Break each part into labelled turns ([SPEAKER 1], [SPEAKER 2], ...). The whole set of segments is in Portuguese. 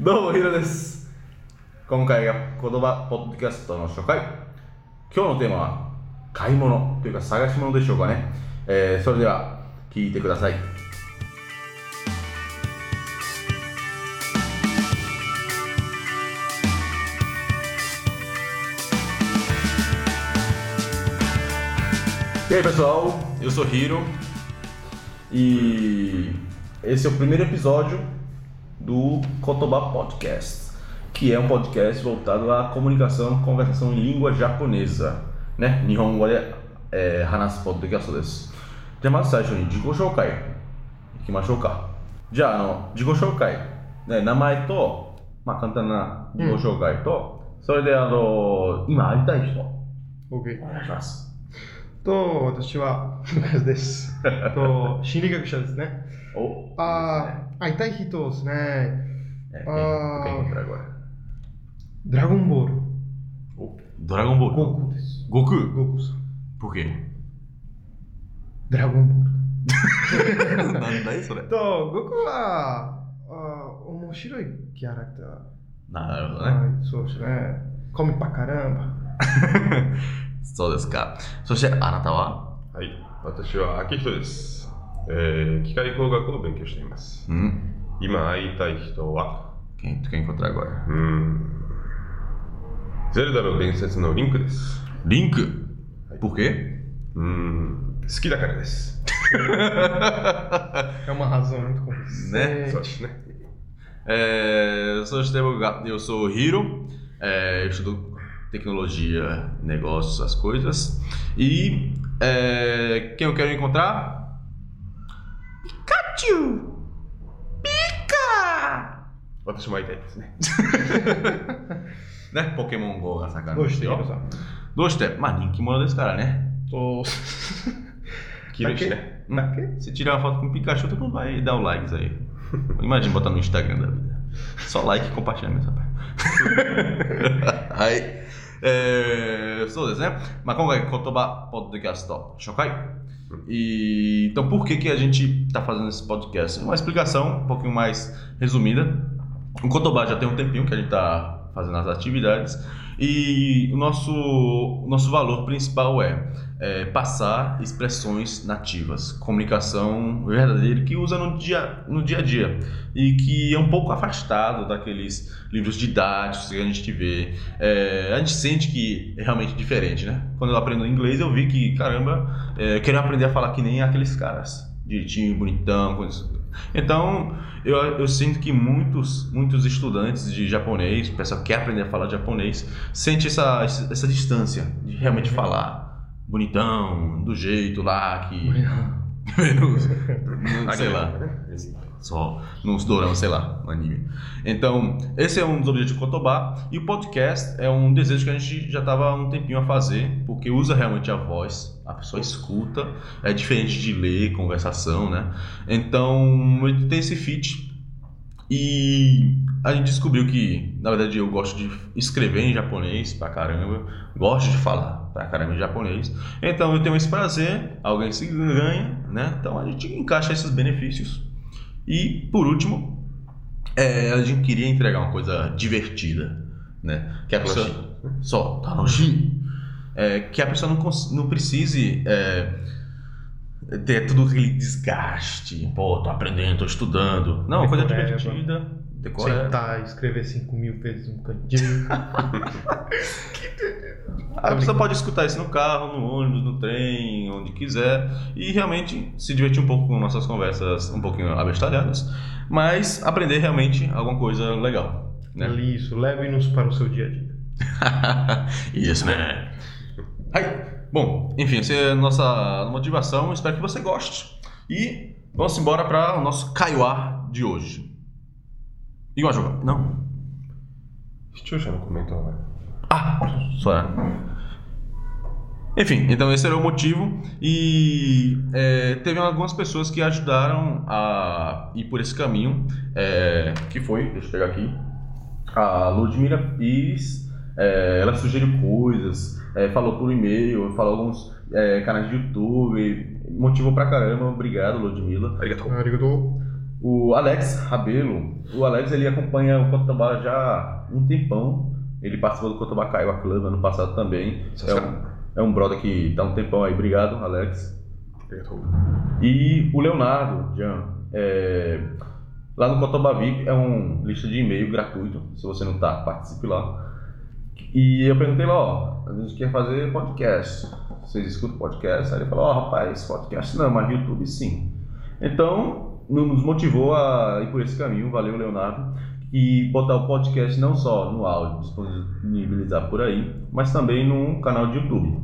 [SPEAKER 1] どうも、ヒロです。今回が言葉ポッドキャストの初回。今日のテーマは、買い物というか探し物でしょうかね。えーそれでは、聞いてください。E aí, pessoal?
[SPEAKER 2] Eu sou Hiro.
[SPEAKER 1] E esse é o primeiro episódio do Kotoba Podcast, que é um podcast voltado à comunicação, conversação em língua japonesa. né? é, ね、日本語で、えー話すポッドキャストです。じゃあまず最初に自己紹介いきましょうか。じゃああの自己紹介、ね、名前と、まあ、簡単な自己紹介と、それであの今会いたい人
[SPEAKER 3] 僕
[SPEAKER 1] お願いします。
[SPEAKER 3] と私は中津です。 と心理学者ですね。
[SPEAKER 1] お
[SPEAKER 3] ああ、会いたい人ですね。
[SPEAKER 1] いいですねえ
[SPEAKER 3] あー
[SPEAKER 1] えええこれ
[SPEAKER 3] ドラゴンボール。
[SPEAKER 2] ドラゴンボール。
[SPEAKER 3] 悟空です。
[SPEAKER 2] 悟空。
[SPEAKER 3] 悟空さん。
[SPEAKER 2] ボケ。
[SPEAKER 3] ドラゴンボー
[SPEAKER 2] なんだいそれ
[SPEAKER 3] ル。。と悟空はあー面白いキャラクター。
[SPEAKER 2] なるほ
[SPEAKER 1] né?
[SPEAKER 2] どね。
[SPEAKER 3] はい、そうですね。コミパカランバ。
[SPEAKER 2] そうですか。そしてあなたは
[SPEAKER 4] はい、私は秋人です、えー機械工学を勉強しています。
[SPEAKER 2] うん。
[SPEAKER 4] 今会いたい人は、
[SPEAKER 2] ケントケンコトラゴ
[SPEAKER 4] うーん、ゼルダの伝説のリンクです。
[SPEAKER 2] リンク。ボケ
[SPEAKER 4] うーん、好きだからです。
[SPEAKER 3] ヤマハゾンのとこです。
[SPEAKER 2] ね
[SPEAKER 4] そうですね。
[SPEAKER 2] えー、そして僕が、eu sou o Hiro. É, estudo tecnologia, negócios, essas coisas. E é, quem eu quero encontrar? Pikachu! Pika!
[SPEAKER 4] 私も会いたいで すね。
[SPEAKER 2] ね、ポケモン né? GO が盛ん
[SPEAKER 3] どう
[SPEAKER 2] で
[SPEAKER 3] し
[SPEAKER 2] す
[SPEAKER 3] て
[SPEAKER 2] よ
[SPEAKER 3] ヒロ。さん
[SPEAKER 2] どうしてまあ人気者ですからね。
[SPEAKER 3] と、
[SPEAKER 4] 黄色いしね。
[SPEAKER 2] Hum.
[SPEAKER 3] Pra quê?
[SPEAKER 2] Se tirar uma foto com o Pikachu, todo mundo vai dar o likes aí. Imagina botar no Instagram da vida. Só like e compartilhamento, rapaz. Aí. é, えーそうですね、まあ、今回、言葉ポッドキャスト初回。E,
[SPEAKER 3] Hum.
[SPEAKER 2] então, por que, que a gente está fazendo esse podcast? Uma explicação um pouquinho mais resumida. O Cotobá já tem um tempinho que a gente está fazendo as atividades. E o nosso, o nosso valor principal é, é, passar expressões nativas, comunicação verdadeira que usa no dia, no dia a dia e que é um pouco afastado daqueles livros didáticos que a gente vê. É, a gente sente que é realmente diferente, né? Quando eu aprendo inglês, eu vi que, caramba, é, eu quero aprender a falar que nem aqueles caras, direitinho, bonitão, com isso. Então, eu, eu sinto que muitos, muitos estudantes de japonês, o pessoal que quer aprender a falar japonês, sente essa, essa distância de realmente falar bonitão, do jeito lá que. Menos. sei lá. Só nos dorama, sei lá, no anime. Então, esse é um dos objetivos do Kotobá. E o podcast é um desejo que a gente já estava há um tempinho a fazer, porque usa realmente a voz, a pessoa escuta, é diferente de ler, conversação, né? Então, ele tem esse fit. E a gente descobriu que, na verdade, eu gosto de escrever em japonês pra caramba, gosto de falar pra caramba em japonês. Então eu tenho esse prazer, alguém se ganha, né? Então a gente encaixa esses benefícios. E por último, é, a gente queria entregar uma coisa divertida, né? Que a pessoa só tá no gin. É, que a pessoa não, cons- não precise é, ter tudo aquele desgaste. Pô, tô aprendendo, tô estudando. Não, uma coisa
[SPEAKER 3] Decoreba.
[SPEAKER 2] divertida. Tá. Decoreba.
[SPEAKER 3] Sentar e escrever 5 mil vezes um cantinho.
[SPEAKER 2] A pessoa pode escutar isso no carro, no ônibus, no trem, onde quiser e realmente se divertir um pouco com nossas conversas um pouquinho abestalhadas, mas aprender realmente alguma coisa legal. Né?
[SPEAKER 3] Isso, leve-nos para o seu dia a dia.
[SPEAKER 2] Isso, né? Aí, bom, enfim, essa é a nossa motivação. Espero que você goste. E vamos embora para o nosso Kaiwa de hoje. Igual jogar? Não.
[SPEAKER 4] 視聴者のコメントは、
[SPEAKER 2] Ah, só é. Enfim, então esse era o motivo. E é, teve algumas pessoas que ajudaram a ir por esse caminho. é, que foi, deixa eu pegar aqui. A Ludmila Pires. é, ela sugeriu coisas, é, falou por e-mail, falou alguns é, canais de YouTube, motivou pra caramba, obrigado Ludmila.
[SPEAKER 4] ありがとう。
[SPEAKER 3] ありがとう。
[SPEAKER 2] O Alex Rabelo, o Alex ele acompanha o Cotobá já há um tempão. Ele participou do Cotobá Caiu Club ano passado também. É um, é um brother que tá um tempão aí. Obrigado, Alex. E o Leonardo, Jean, é, lá no Cotobá VIP é um lista de e-mail gratuito. Se você não tá, participe lá. E eu perguntei lá, ó, a gente quer fazer podcast. Vocês escutam podcast? Aí ele falou, ó, rapaz, podcast não, mas YouTube sim. Então, nos motivou a ir por esse caminho, valeu Leonardo, e botar o podcast não só no áudio, disponibilizar por aí, mas também num canal de YouTube.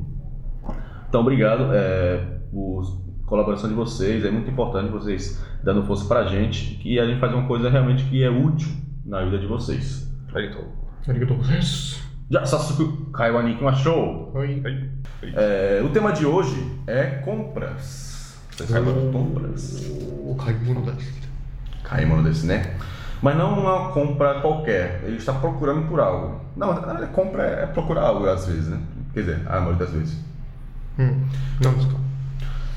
[SPEAKER 2] Então, obrigado é, por colaboração de vocês, é muito importante vocês dando força pra gente, que a gente faz uma coisa realmente que é útil na vida de vocês. Já Sasuke Kaiwani Kimashou!
[SPEAKER 3] Oi.
[SPEAKER 2] É, o tema de hoje é compras. Vocês falam de compras?
[SPEAKER 3] お買い物だ。
[SPEAKER 2] Caímos desse, né? Mas não uma compra qualquer. Ele está procurando por algo. Não, na verdade, compra é procurar algo às vezes, né? Quer dizer, a maioria das vezes.
[SPEAKER 3] うん。なんですか。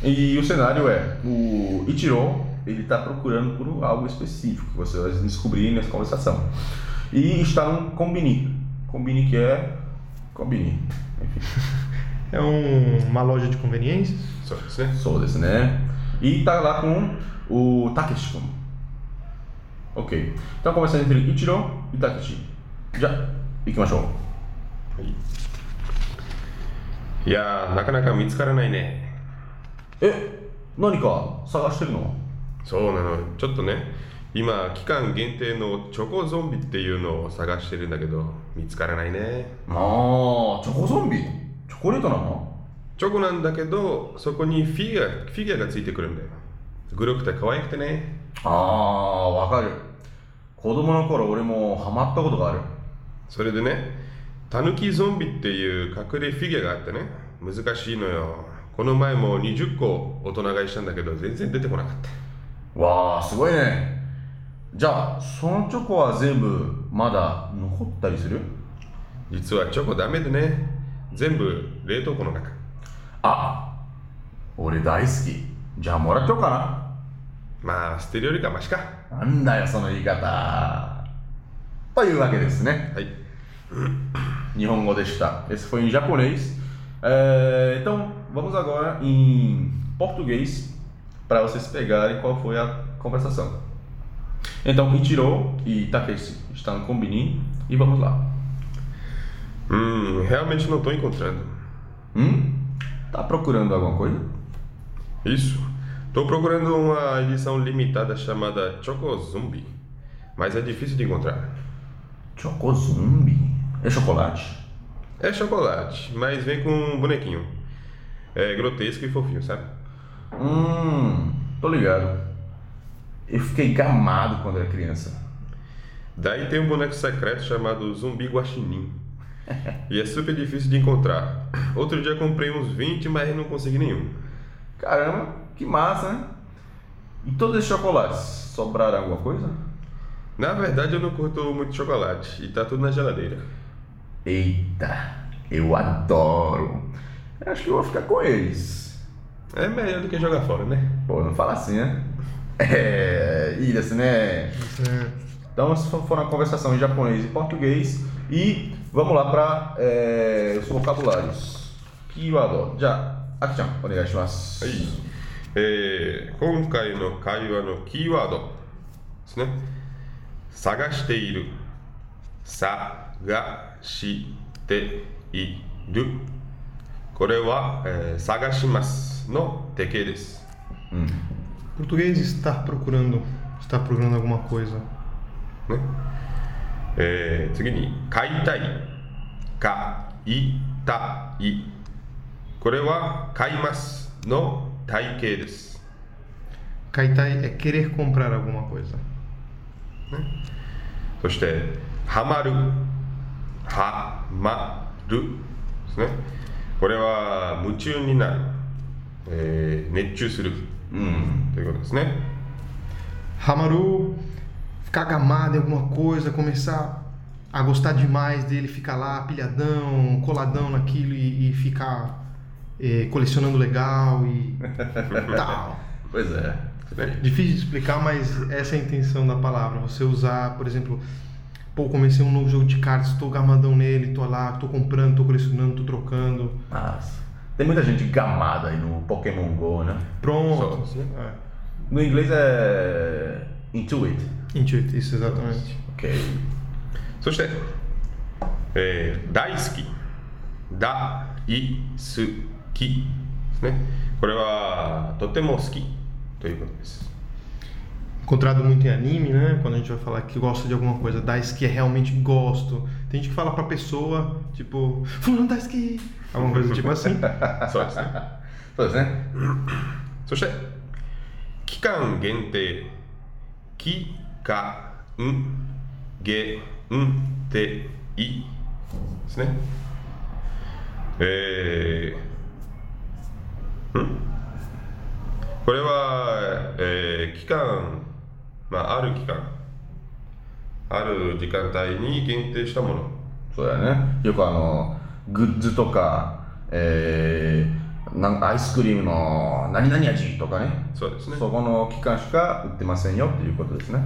[SPEAKER 2] E o cenário é: o Ichiro ele está procurando por algo específico que você vai descobrir nessa conversação. E está num combini. Combini que é. Combini.
[SPEAKER 3] え、うん、uma É um, loja de conveniência.
[SPEAKER 4] Só isso, né?
[SPEAKER 2] Sou desse, né? E tá lá com o Takeshi Kun. Ok. Então começando entre Ichiro e Takeshi. Já. Ikimashou.
[SPEAKER 4] いやー、なかなか見つからないね。
[SPEAKER 2] え、何か探してるの
[SPEAKER 4] そうなの。ちょっとね、今、期間限定のチョコゾンビっていうのを探してるんだけど、見つからないね。
[SPEAKER 2] ああ、チョコゾンビチョコレートなの
[SPEAKER 4] チョコなんだけど、そこにフィギュア、フィギュアがついてくるんだよ。黒くて可愛くてね。
[SPEAKER 2] ああ、わかる。子供の頃俺もハマったことがある。
[SPEAKER 4] それでね、タヌキゾンビっていう隠れフィギュアがあってね、難しいのよ。この前も20個大人買いしたんだけど、全然出てこなかった。
[SPEAKER 2] わあ、すごいね。じゃあ、そのチョコは全部まだ残ったりする
[SPEAKER 4] 実はチョコダメでね、全部冷凍庫の中。
[SPEAKER 2] あ、俺大好き。じゃあもらっちゃおうかな。
[SPEAKER 4] まあ、捨てるよりかマシか。
[SPEAKER 2] なんだよ、その言い方。というわけですね。
[SPEAKER 4] はい。
[SPEAKER 2] 日本語でした。Esse foi em japonês. É, então, vamos agora em português para vocês pegarem qual foi a conversação. Então, Ichiro e Takeshi estão no combini e vamos lá.
[SPEAKER 4] Hum, realmente não estou encontrando.
[SPEAKER 2] Hum? Tá procurando alguma coisa?
[SPEAKER 4] Isso. Estou procurando uma edição limitada chamada Choco Zumbi, mas é difícil de encontrar.
[SPEAKER 2] Chocozumbi? É chocolate?
[SPEAKER 4] É chocolate, mas vem com um bonequinho. É grotesco e fofinho, sabe?
[SPEAKER 2] Hum, tô ligado. Eu fiquei gamado quando era criança.
[SPEAKER 4] Daí tem um boneco secreto chamado Zumbi Guaxinim. E é super difícil de encontrar. Outro dia comprei uns 20, mas não consegui nenhum.
[SPEAKER 2] Caramba, que massa, né? E todos esses chocolates, sobraram alguma coisa?
[SPEAKER 4] Na verdade, eu não curto muito chocolate e tá tudo na geladeira.
[SPEAKER 2] Eita, eu adoro. Eu acho que eu vou ficar com eles.
[SPEAKER 4] É melhor do que jogar fora, né?
[SPEAKER 2] Pô, não fala assim, né? É, isso, né?
[SPEAKER 3] É,
[SPEAKER 2] Então, essa foi uma conversação em japonês e português. E vamos lá para os vocabulários. Que eu adoro. Já, Aki-chan, onegaishimasu.
[SPEAKER 4] Aí. É, 今回の会話のキーワードですね。探している。探している。これは、えー探しますの定型です。
[SPEAKER 3] Português estar procurando. Estar procurando alguma coisa.
[SPEAKER 4] ねえー次に買いたい買いたいこれは買いますの体型です
[SPEAKER 3] Kaitai é querer comprar alguma coisa.
[SPEAKER 4] そしてハマるハマるですねこれは夢中になる、えー熱中する
[SPEAKER 2] Hum,
[SPEAKER 4] ということですね
[SPEAKER 3] Hamaru, ficar gamado em alguma coisa, começar a gostar demais dele, ficar lá pilhadão, coladão naquilo e, e ficar eh, colecionando legal e tal.
[SPEAKER 2] pois é.
[SPEAKER 4] Né?
[SPEAKER 3] Difícil de explicar, mas essa é a intenção da palavra. Você usar, por exemplo, pô, comecei um novo jogo de cartas, estou gamadão nele, tô lá, tô comprando, tô colecionando, tô trocando.
[SPEAKER 1] Mas tem muita gente gamada aí no Pokémon GO, né?
[SPEAKER 3] Pronto.
[SPEAKER 1] No inglês é. Intuit.
[SPEAKER 3] É. Intuit, isso exatamente.
[SPEAKER 1] Ok.
[SPEAKER 4] そして、えー大好き、大好きですね。これはとても好きということです。
[SPEAKER 3] Encontrado muito em anime, né? Quando a gente vai falar que gosta de alguma coisa, dá que é realmente gosto. Tem gente que fala pra pessoa, tipo, fulano dá ski. Alguma coisa tipo assim.
[SPEAKER 4] そうですね。
[SPEAKER 1] そうです
[SPEAKER 2] né?
[SPEAKER 1] ね。
[SPEAKER 4] そして、期間限定、期間限定ですね。えーんこれは、えー期間、まあ、ある期間、ある時間帯に限定したもの。
[SPEAKER 1] そうだよね。よくあの、グッズとか、えー、なんアイスクリームの何々味とかね。
[SPEAKER 4] そうですね。
[SPEAKER 1] そこの期間しか売ってませんよっていうことですね。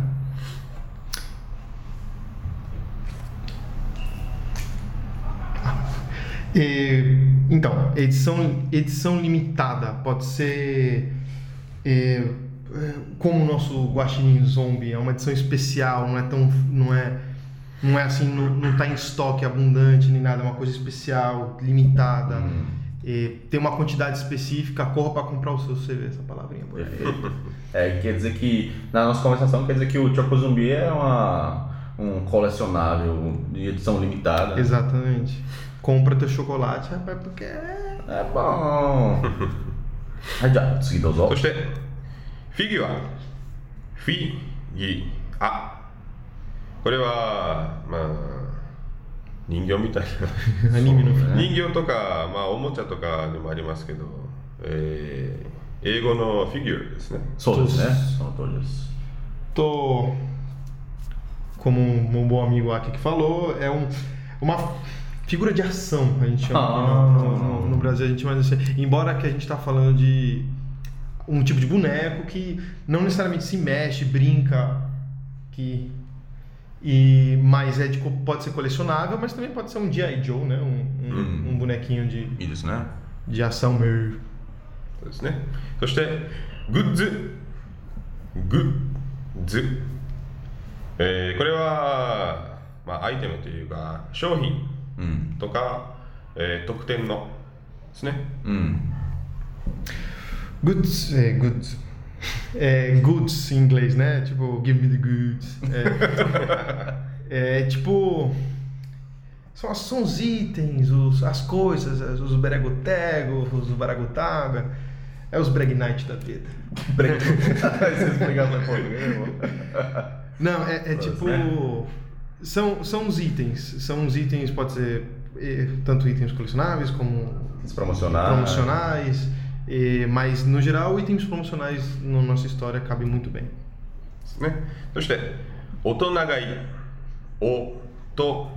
[SPEAKER 3] E, então, edição, edição limitada pode ser é, é, como o nosso Guaxinim Zombie, é uma edição especial, não é tão. não é, não é assim, não, não tá em estoque abundante nem nada, é uma coisa especial, limitada.
[SPEAKER 2] Hum.
[SPEAKER 3] É, tem uma quantidade específica, corra para comprar o seu, você vê essa palavrinha por aí.
[SPEAKER 1] Perfeito. É, quer dizer que, na nossa conversação, quer dizer que o Choco Zumbi é uma, um colecionável de edição limitada.
[SPEAKER 3] Exatamente. Compra teu chocolate, rapaz, porque é.
[SPEAKER 1] É bom. Aí já, seguido aos
[SPEAKER 4] そ
[SPEAKER 1] olhos.
[SPEAKER 4] して、フィギュア、フィギュア。これは、まあ、人形みたい
[SPEAKER 3] anime, não
[SPEAKER 4] な。人形とか、まあ、おもちゃとかでもありますけど、えー英語のフィギュアですね。
[SPEAKER 1] そうですね。その通りです。
[SPEAKER 3] Tô. Como um bom amigo aqui que falou, é um, uma figura de ação, a gente chama aqui
[SPEAKER 1] Ah.
[SPEAKER 3] no, no- no Brasil, a gente mais assim. Embora que a gente tá falando de um tipo de boneco que não necessariamente se mexe, brinca, que. E, mas é de co- pode ser colecionável, mas também pode ser um G.I. Joe, né? Um, um,
[SPEAKER 1] Hum.
[SPEAKER 3] um bonequinho de,
[SPEAKER 1] いいですね。
[SPEAKER 3] de ação meio.
[SPEAKER 4] そうですね。そして、グッズ。グッズ。えーこれは、まあ、アイテムというか、商品
[SPEAKER 1] うん。
[SPEAKER 4] とか、えー特典のですね。
[SPEAKER 1] うん。
[SPEAKER 3] Goods, é, goods. É, goods em inglês, né? Tipo, give me the goods. É, é, tipo. São, as- são os itens, os, as coisas, as- os beregotegos, os baragutaga. É os bregnite da vida.
[SPEAKER 1] Preto. Essa explicação em português, irmão.
[SPEAKER 3] Não, é, é
[SPEAKER 1] Mas,
[SPEAKER 3] tipo.
[SPEAKER 1] né?
[SPEAKER 3] São, são os itens. São os itens, pode ser eh, tanto itens colecionáveis como
[SPEAKER 1] Se
[SPEAKER 2] Ah.
[SPEAKER 1] promocionar.
[SPEAKER 3] promocionais. eh, mas, no geral, itens promocionais na nossa história cabem muito bem.
[SPEAKER 4] ですね。そして、大人がいい。大人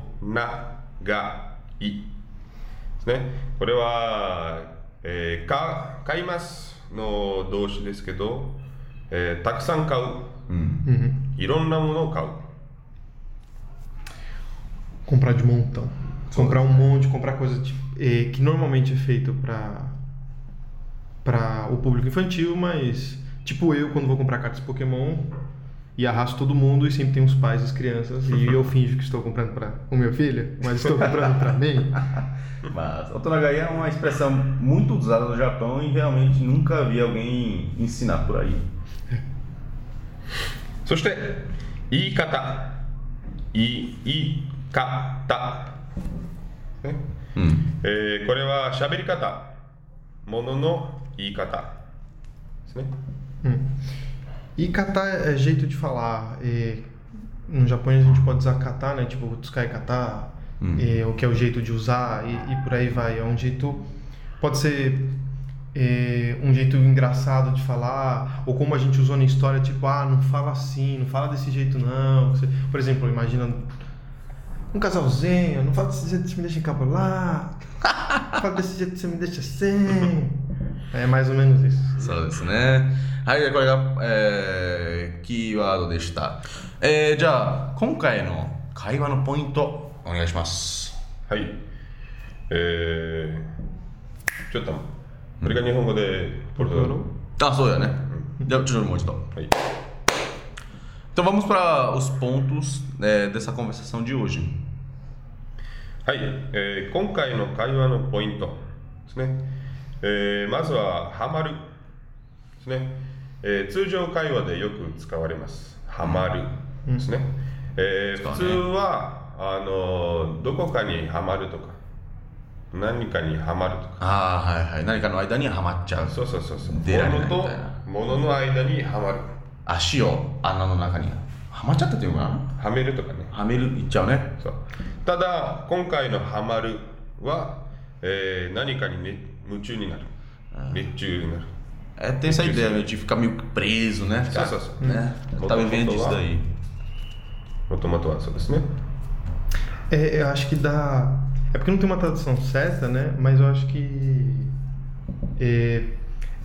[SPEAKER 4] がいい。ですね。これは、えーか買いますの動詞ですけど、えーたくさん買う。
[SPEAKER 1] うん。
[SPEAKER 3] Uhum.
[SPEAKER 4] いろんなものを買う。
[SPEAKER 3] Comprar de montão. Comprar um monte, comprar coisa de- eh, que normalmente é feito para para o público infantil, mas tipo eu quando vou comprar cartas Pokémon e arrasto todo mundo e sempre tem uns pais e as crianças e eu finjo que estou comprando para o meu filho, mas estou comprando para mim.
[SPEAKER 1] Mas Otonagai é uma expressão muito usada no Japão e realmente nunca vi alguém ensinar por aí.
[SPEAKER 4] そして、言い方。いい方。ね
[SPEAKER 1] うん。
[SPEAKER 4] えーこれは喋り方。ものの言い方。ですね。
[SPEAKER 3] Hum. E catar é jeito de falar. eh, no japonês a gente pode usar catar, né? Tipo, tsukai catar, eh, o que é o jeito de usar e, e por aí vai. É um jeito. Pode ser eh, um jeito engraçado de falar, ou como a gente usou na história, tipo, ah, não fala assim, não fala desse jeito não. Você- Por exemplo, imagina um casalzinho, não fala desse jeito que você me deixa encabular, não fala desse jeito que você me deixa sem. É mais ou menos isso.
[SPEAKER 2] そうですね。はい、これが、えーキーワードでした。えーじゃあ、今回の会話のポイント、お願いします。
[SPEAKER 4] はい。えー、ちょっと、これが日本語で、ポルトガル
[SPEAKER 2] Ah, sou eu, né? Deu tiro no monte, então.
[SPEAKER 4] Aí.
[SPEAKER 2] Então vamos para os pontos né, dessa conversação de hoje.
[SPEAKER 4] はい、えー今回の会話のポイントですね。えーまずは、ハマるですね、えー通常会話でよく使われます。ハマるですね。えー
[SPEAKER 2] 使うね
[SPEAKER 4] 普通は、あのーどこかにハマるとか、何かにハマるとか、
[SPEAKER 2] Ah, hai, hai. Nani ka no aida ni hamachau.
[SPEAKER 4] そうそうそうそう、
[SPEAKER 2] 出られない
[SPEAKER 4] 物
[SPEAKER 2] み
[SPEAKER 4] と
[SPEAKER 2] たいな
[SPEAKER 4] 物の間にハマる。
[SPEAKER 2] Ashi o ana no naka ni hamachatta to iu kana?
[SPEAKER 4] はめるとかね。
[SPEAKER 2] Hameru itchau ne?
[SPEAKER 4] そうただ、今回のハマるは、えー何かに、ね、夢中になる。熱中になる。
[SPEAKER 2] É, tem essa ideia meio de ficar meio que preso, né? Ficar,
[SPEAKER 4] Sim, sim, sim.
[SPEAKER 2] né?
[SPEAKER 3] Hum.
[SPEAKER 2] Eu tava vendo isso daí.
[SPEAKER 4] もともとはそうですね。
[SPEAKER 3] É, eu acho que dá. É porque não tem uma tradução certa, né? Mas eu acho que. É,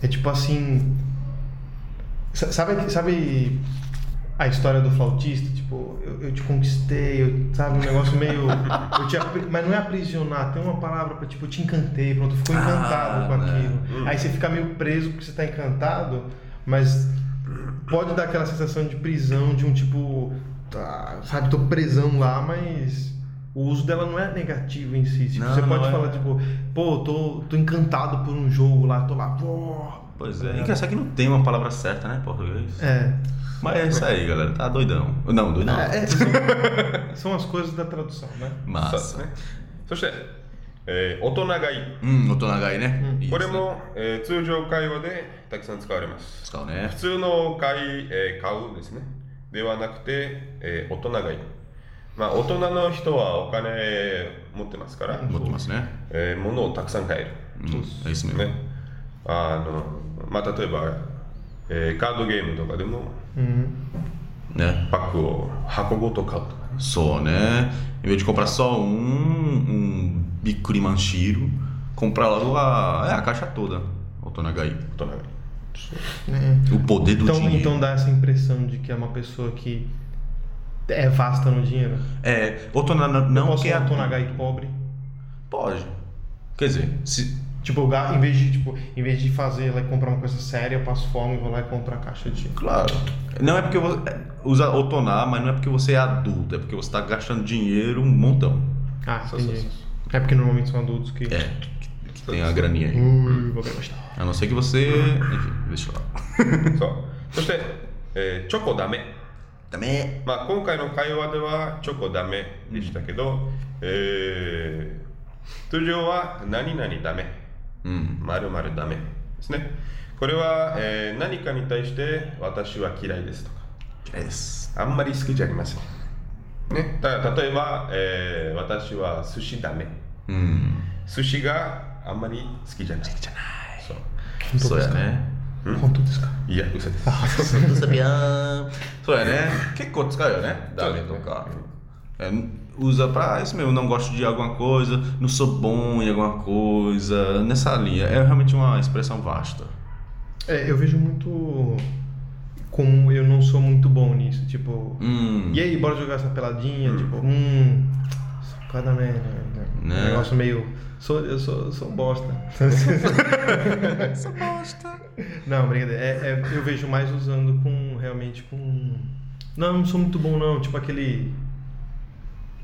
[SPEAKER 3] é tipo assim. sa- Sabe, sabe a história do flautista? Tipo, eu, eu te conquistei, eu, sabe? Um negócio meio. eu te apri- mas não é aprisionar, tem uma palavra pra tipo, eu te encantei, pronto, ficou encantado
[SPEAKER 2] Ah,
[SPEAKER 3] com
[SPEAKER 2] né.
[SPEAKER 3] aquilo. Aí você fica meio preso porque você tá encantado, mas pode dar aquela sensação de prisão, de um tipo, tá, sabe, tô presão lá, mas o uso dela não é negativo em si. Tipo,
[SPEAKER 2] Não,
[SPEAKER 3] você
[SPEAKER 2] não
[SPEAKER 3] pode
[SPEAKER 2] é.
[SPEAKER 3] falar, tipo, pô, tô, tô encantado por um jogo lá, tô lá, pô.
[SPEAKER 2] Pois é. Engraçado que não tem uma palavra certa, né, em português?
[SPEAKER 3] É.
[SPEAKER 2] Mas é isso aí, galera. Tá doidão. Não, doidão.
[SPEAKER 3] É, é, são, são as coisas da tradução, né?
[SPEAKER 4] そうですね
[SPEAKER 2] Massa.。
[SPEAKER 4] そして、えー大人買い。
[SPEAKER 2] Hum, otonagai, né? Isso,
[SPEAKER 4] これ
[SPEAKER 2] né?
[SPEAKER 4] も、えー通常会話でたくさん使われます。
[SPEAKER 2] Fiscal, né?
[SPEAKER 4] 普通の買い、えー買うですね。ではなくて、えー大人買い。まあ、大人の人はお金持ってますから、
[SPEAKER 2] Vou tomar isso, né?
[SPEAKER 4] えー物をたくさん買え
[SPEAKER 2] Hum, é isso
[SPEAKER 4] る。
[SPEAKER 2] mesmo.
[SPEAKER 4] ね。あの、まあ、例えば、えーカードゲームとかでも、
[SPEAKER 3] Uhum.
[SPEAKER 2] Né?
[SPEAKER 4] パックを箱ごと買うとか。
[SPEAKER 2] Só, né? Em vez de comprar só um, um bicuri manchiro, comprar logo a, é, a caixa toda. Otonagai.
[SPEAKER 4] 大人買い。
[SPEAKER 3] É.
[SPEAKER 2] O poder do
[SPEAKER 3] Então,
[SPEAKER 2] dinheiro.
[SPEAKER 3] então dá essa impressão de que é uma pessoa que é vasta no dinheiro.
[SPEAKER 2] É, otonagai
[SPEAKER 3] eu
[SPEAKER 2] não
[SPEAKER 3] posso
[SPEAKER 2] que
[SPEAKER 3] ser
[SPEAKER 2] é
[SPEAKER 3] um Tonagai pobre.
[SPEAKER 2] Pode. Quer dizer, se,
[SPEAKER 3] Tipo, eu ga- em vez de, tipo, em vez de fazer lá e comprar uma coisa séria, eu passo fome e vou lá e compro a caixa de.
[SPEAKER 2] Claro. Não é porque você é, usa otonar, mas não é porque você é adulto, é porque você está gastando dinheiro um montão.
[SPEAKER 3] Ah,
[SPEAKER 4] Só,
[SPEAKER 3] entendi.
[SPEAKER 4] só,
[SPEAKER 3] É porque normalmente são adultos que.
[SPEAKER 2] É, que, que tem a graninha aí.
[SPEAKER 3] Ui, vou gastar.
[SPEAKER 2] A não ser que você. Enfim, deixa lá.
[SPEAKER 4] そう。そして、えーチョコダメ。
[SPEAKER 2] Também é.
[SPEAKER 4] まあ、今回の会話ではチョコダメでしたけど、えー通常は何々ダメ、
[SPEAKER 2] Hum.
[SPEAKER 4] 〇〇ダメですね。これは、えー何かに対して私は嫌いですとか、
[SPEAKER 2] É isso.
[SPEAKER 4] あんまり好きじゃありません。ね、だから例えば、えー私は寿司ダメ。
[SPEAKER 2] Hum.
[SPEAKER 4] 寿司があんまり好きじゃない。好きじゃない。そ
[SPEAKER 2] Sou
[SPEAKER 4] う。
[SPEAKER 2] eu, né?
[SPEAKER 3] Conta desse cara.
[SPEAKER 4] いや、嘘です。
[SPEAKER 2] Não sabia. Sou eu, né? Que coisa caiu, né? Dá pra tocar. É, usa pra isso mesmo, não gosto de alguma coisa, não sou bom em alguma coisa, nessa linha. É realmente uma expressão vasta.
[SPEAKER 3] É, eu vejo muito como eu não sou muito bom nisso. Tipo,
[SPEAKER 2] Hum.
[SPEAKER 3] e aí, bora jogar essa peladinha? Tipo, hum. Cada merda. né? Um
[SPEAKER 2] Né?
[SPEAKER 3] negócio meio. Sou, eu sou, sou um bosta.
[SPEAKER 2] Essa bosta.
[SPEAKER 3] Não, brincadeira. É, é- eu vejo mais usando com. Realmente com. Não, não sou muito bom, não. Tipo aquele.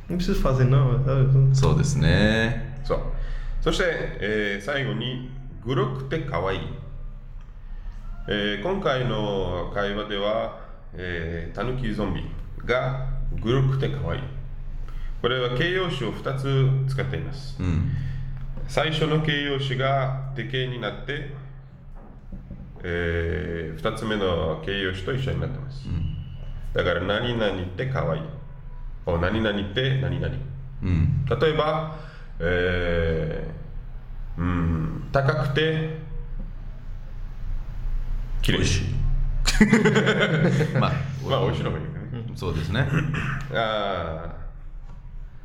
[SPEAKER 3] Não preciso fazer, não. sabe?
[SPEAKER 2] そうですね。
[SPEAKER 4] そう。そして、えー最後に、グロくて可愛い。えー今回の会話では、えー、タヌキゾンビがグロくて可愛い。これは形容詞を2つ使っています。
[SPEAKER 2] Hum.
[SPEAKER 4] 最初の形容詞が手形になって、え2つ目の形容詞と一緒になってます。だから、何々って可愛い。お何々って何々。
[SPEAKER 2] Hum.
[SPEAKER 4] 例えば、えーうん、高くて綺麗
[SPEAKER 2] まあ、
[SPEAKER 4] まあ美味しいのがいいよね
[SPEAKER 2] そうですね。
[SPEAKER 4] あ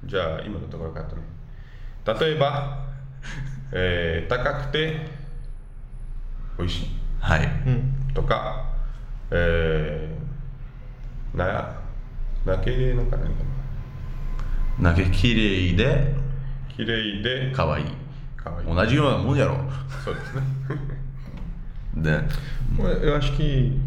[SPEAKER 4] ーじゃあ今のところカット ね例えば、えー高くて美味しい
[SPEAKER 2] はい。
[SPEAKER 3] うん。
[SPEAKER 4] とか、えー、な、なけれなんかないか
[SPEAKER 2] 投げきれいで、
[SPEAKER 4] な。綺麗で、
[SPEAKER 2] 可愛い。
[SPEAKER 4] かわいい。
[SPEAKER 2] 同じようなもんやろ。
[SPEAKER 4] そうです ね。
[SPEAKER 2] Né?
[SPEAKER 3] Eu- Eu acho que,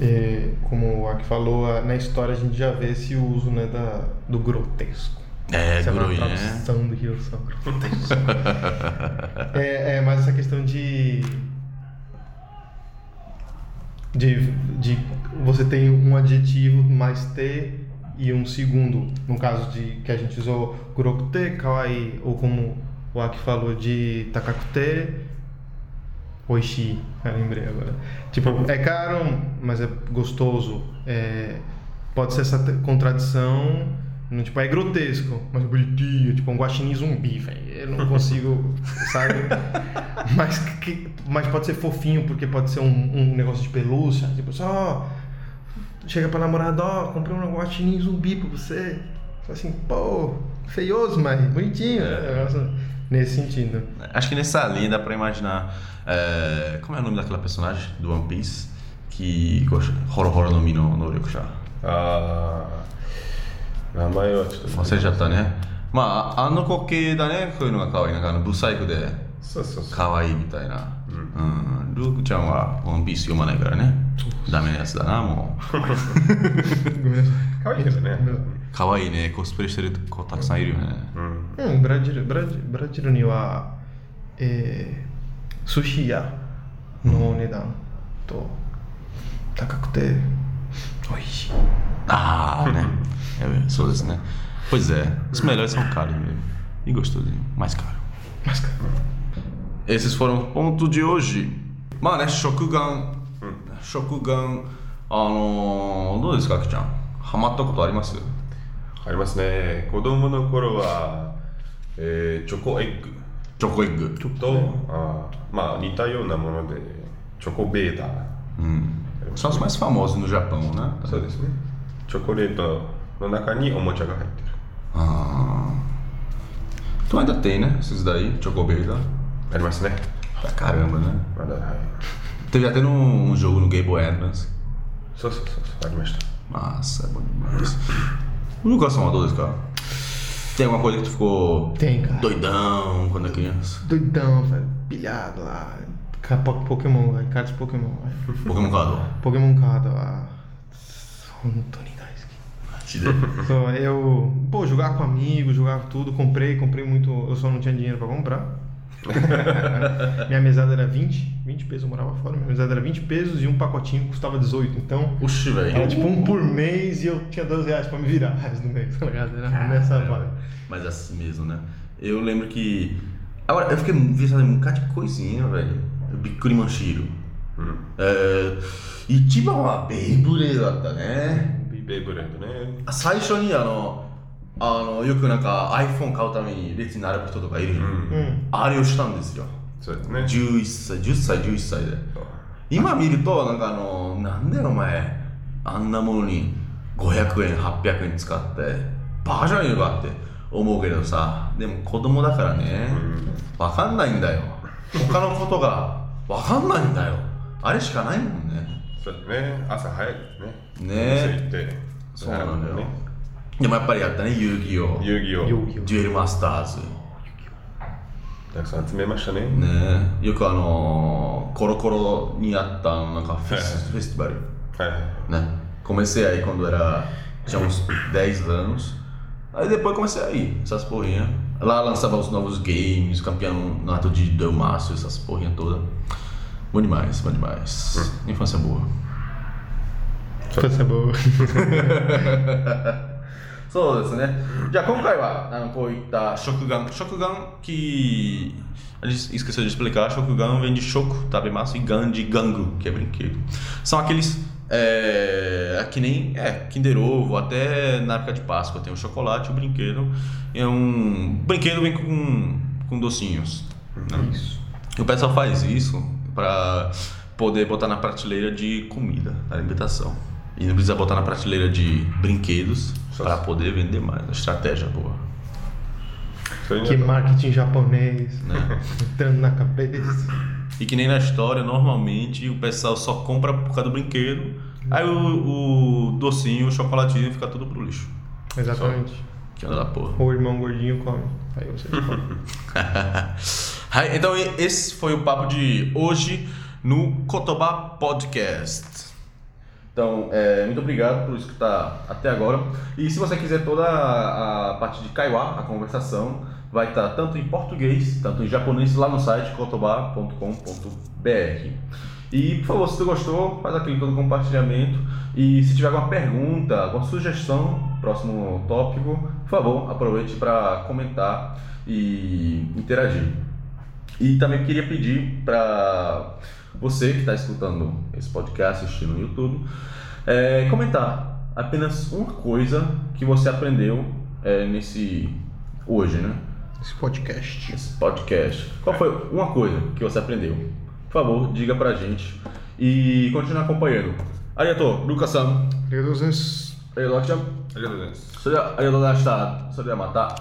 [SPEAKER 3] é, como o Aki falou, a- na história a gente já vê esse uso né, da, do grotesco.
[SPEAKER 2] É,
[SPEAKER 3] Essa é
[SPEAKER 2] Guruin,
[SPEAKER 3] uma
[SPEAKER 2] né?
[SPEAKER 3] tradução do Rio São grotesco. é, é, mas essa questão de, de. de você tem um adjetivo mais T e um segundo. No caso de que a gente usou Gurokute, Kawaii, ou como o Aki falou de Takakute, Oishi, eu Ah, lembrei agora. Tipo, é caro, mas é gostoso. É, pode ser essa te- contradição. no Tipo, é grotesco, mas é bonitinho. Tipo, um guaxinim zumbi, velho. Eu não consigo, sabe? Mas, que- mas pode ser fofinho, porque pode ser um, um negócio de pelúcia. Tipo, só... Chega pra namorada, ó, comprei um guaxinim zumbi pra você. Fala assim, pô, feioso, mas bonitinho. Nesse sentido.
[SPEAKER 2] Acho que nessa linha dá pra imaginar. é, como é o nome daquela personagem do One Piece? Que. Horo Horo no Mi no, no Ryokusha.
[SPEAKER 4] あー、名前はちょっと。
[SPEAKER 2] 忘れちゃったね。まあ、あの子系だね。こういうのが可愛い。なんかあの、ブサイクで
[SPEAKER 4] そうそうそう。
[SPEAKER 2] 可愛いみたいな。うん。ルークちゃんはワンピース読まないからね。ダメなやつだな、もう。
[SPEAKER 4] かわいいですね。
[SPEAKER 2] 可愛いね。コスプレしてる子たくさんいるよね。
[SPEAKER 4] うん。
[SPEAKER 3] うん、ブラジル、ブラジブラジルには、えー、寿司屋のお値段と高くて美味しい。
[SPEAKER 2] Ah, né? É, bem, sou desse, né? Pois é, os melhores são caros mesmo. E gostosinho, mais caro.
[SPEAKER 3] Mas, cara,
[SPEAKER 2] Esses foram o ponto de hoje. Mano, é Shokugan. Shokugan. あのー、どうですか、あきちゃん。ハマったことあります
[SPEAKER 4] ありますね。子供の頃は、えー、チョコエッグ
[SPEAKER 2] チョコエッグ。
[SPEAKER 4] と、あーまあ似たようなもので、チョコベータ。
[SPEAKER 2] うん。São os mais famosos no Japão, né?
[SPEAKER 4] そうですね。チョコレートの中におもちゃが入ってる。
[SPEAKER 2] Ah. Então ainda tem, né? Esses daí, Chocobega.
[SPEAKER 4] ありますね。
[SPEAKER 2] Pra caramba, né?
[SPEAKER 4] まだ、はい。
[SPEAKER 2] Teve até num um jogo no Game Boy Advance.
[SPEAKER 4] そうそうそうそう、ありました。
[SPEAKER 2] Massa, é bom demais. O Lucas Salvador desse cara. Tem alguma coisa que tu ficou
[SPEAKER 3] Tem, cara.
[SPEAKER 2] doidão quando é criança?
[SPEAKER 3] Doidão, velho. Pilhado lá. Ca- po- Pokémon, velho. Cards Pokémon. velho.
[SPEAKER 2] Pokémon Caldo.
[SPEAKER 3] Pokémon Card, lá. Anthony Daisuke. Então, eu, pô, jogava com amigos, jogava tudo, comprei, comprei muito, eu só não tinha dinheiro pra comprar. minha mesada era 20, 20 pesos, eu morava fora, minha mesada era 20 pesos e um pacotinho custava 18, então
[SPEAKER 2] Oxi,
[SPEAKER 3] era
[SPEAKER 2] velho.
[SPEAKER 3] tipo um por mês e eu tinha 12 reais pra me virar reais no mês, tá ligado? Era nessa vibe.
[SPEAKER 2] Mas é assim mesmo, né? Eu lembro que. Agora, eu fiquei viciado em um bocado de coisinha, velho. Bikuri Manchiro.
[SPEAKER 4] うん。
[SPEAKER 2] É... Ichiban wa Beyblade だったね。
[SPEAKER 4] ベイブレードね。
[SPEAKER 2] 最初にあの、あの、よくなんか iPhone 買うために列に並ぶ人とかいるじゃん。
[SPEAKER 4] うん。
[SPEAKER 3] Hum,
[SPEAKER 2] あれをしたんですよ。
[SPEAKER 4] そうですね。
[SPEAKER 2] 11歳、10歳、11歳で。今見るとなんかあのなんでお前あんなものに500円800円使ってバージョンいるかって思うけどさでも子供だからねわかんないんだよ他のことがわかんないんだよあれしかないもんね
[SPEAKER 4] そうですね。朝早いですね。
[SPEAKER 2] ね
[SPEAKER 4] 店行って。
[SPEAKER 2] そうなのよでもやっぱりやったね遊戯王
[SPEAKER 4] 遊戯
[SPEAKER 3] eu,
[SPEAKER 4] を
[SPEAKER 3] eu.
[SPEAKER 2] デュエルマスターズ
[SPEAKER 4] たくさん集めましたね。
[SPEAKER 2] ねよくあのーコロコロにあったあのなんかフェスフェスティバル
[SPEAKER 4] はいはい。
[SPEAKER 2] né? Comecei aí quando era. tinha uns 10 anos. Aí depois comecei aí, essas porrinhas. Lá lançava os novos games, campeonato de Delmaço, essas porrinhas todas. Bom demais, bom demais. Infância boa.
[SPEAKER 3] Coisa boa.
[SPEAKER 2] そうですね。じゃあ今回はあのこういった食玩、食玩 que a gente esqueceu de explicar, shokugan vem de shoku, tabemasu e gan de gangu, que é brinquedo. São aqueles é, que nem é, Kinder Ovo, até na época de Páscoa tem o chocolate, o brinquedo é um brinquedo vem com com docinhos. Né? Isso. E o pessoal faz isso para poder botar na prateleira de comida, da alimentação. E não precisa botar na prateleira de brinquedos
[SPEAKER 4] Só
[SPEAKER 2] para
[SPEAKER 4] se-
[SPEAKER 2] poder vender mais. Uma
[SPEAKER 5] é
[SPEAKER 2] estratégia boa.
[SPEAKER 4] それ
[SPEAKER 3] Que
[SPEAKER 4] に
[SPEAKER 3] marketing japonês,
[SPEAKER 2] Né?
[SPEAKER 3] entrando na cabeça.
[SPEAKER 5] E que nem na história, normalmente o pessoal só compra por causa do brinquedo. Aí o, o docinho, o chocolatinho fica tudo pro lixo.
[SPEAKER 3] Exatamente.
[SPEAKER 5] Que anda da porra.
[SPEAKER 3] Ou o irmão gordinho come. Aí você come.
[SPEAKER 5] Aí, então e- esse foi o papo de hoje no Cotobá Podcast.
[SPEAKER 2] Então, é, muito obrigado por escutar até agora. E se você quiser toda a, a parte de Kaiwa, a conversação, vai estar tanto em português, tanto em japonês, lá no site kotoba.com.br. E, por favor, se tu gostou, faz aquele todo compartilhamento. E se tiver alguma pergunta, alguma sugestão, próximo tópico, por favor, aproveite para comentar e interagir. E também queria pedir para você que está escutando esse podcast, assistindo no YouTube, é, comentar apenas uma coisa que você aprendeu é, nesse hoje, né?
[SPEAKER 3] Esse podcast.
[SPEAKER 2] Nesse podcast. Qual foi uma coisa que você aprendeu? Por favor, diga pra gente e continue acompanhando. Arigatou, Lucas-san,
[SPEAKER 3] Deus
[SPEAKER 2] Elotia,
[SPEAKER 4] ありがとうございます。
[SPEAKER 2] Arigatou, Soriyamata,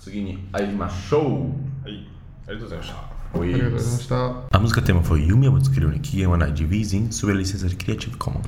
[SPEAKER 2] Sugini, Aimashou.
[SPEAKER 4] はい、ありがとうございました。
[SPEAKER 2] Oi.
[SPEAKER 3] está tá?
[SPEAKER 5] é A música tema foi Yumi Abutsukiru Nikiyama na Division sob a licença de Creative Commons.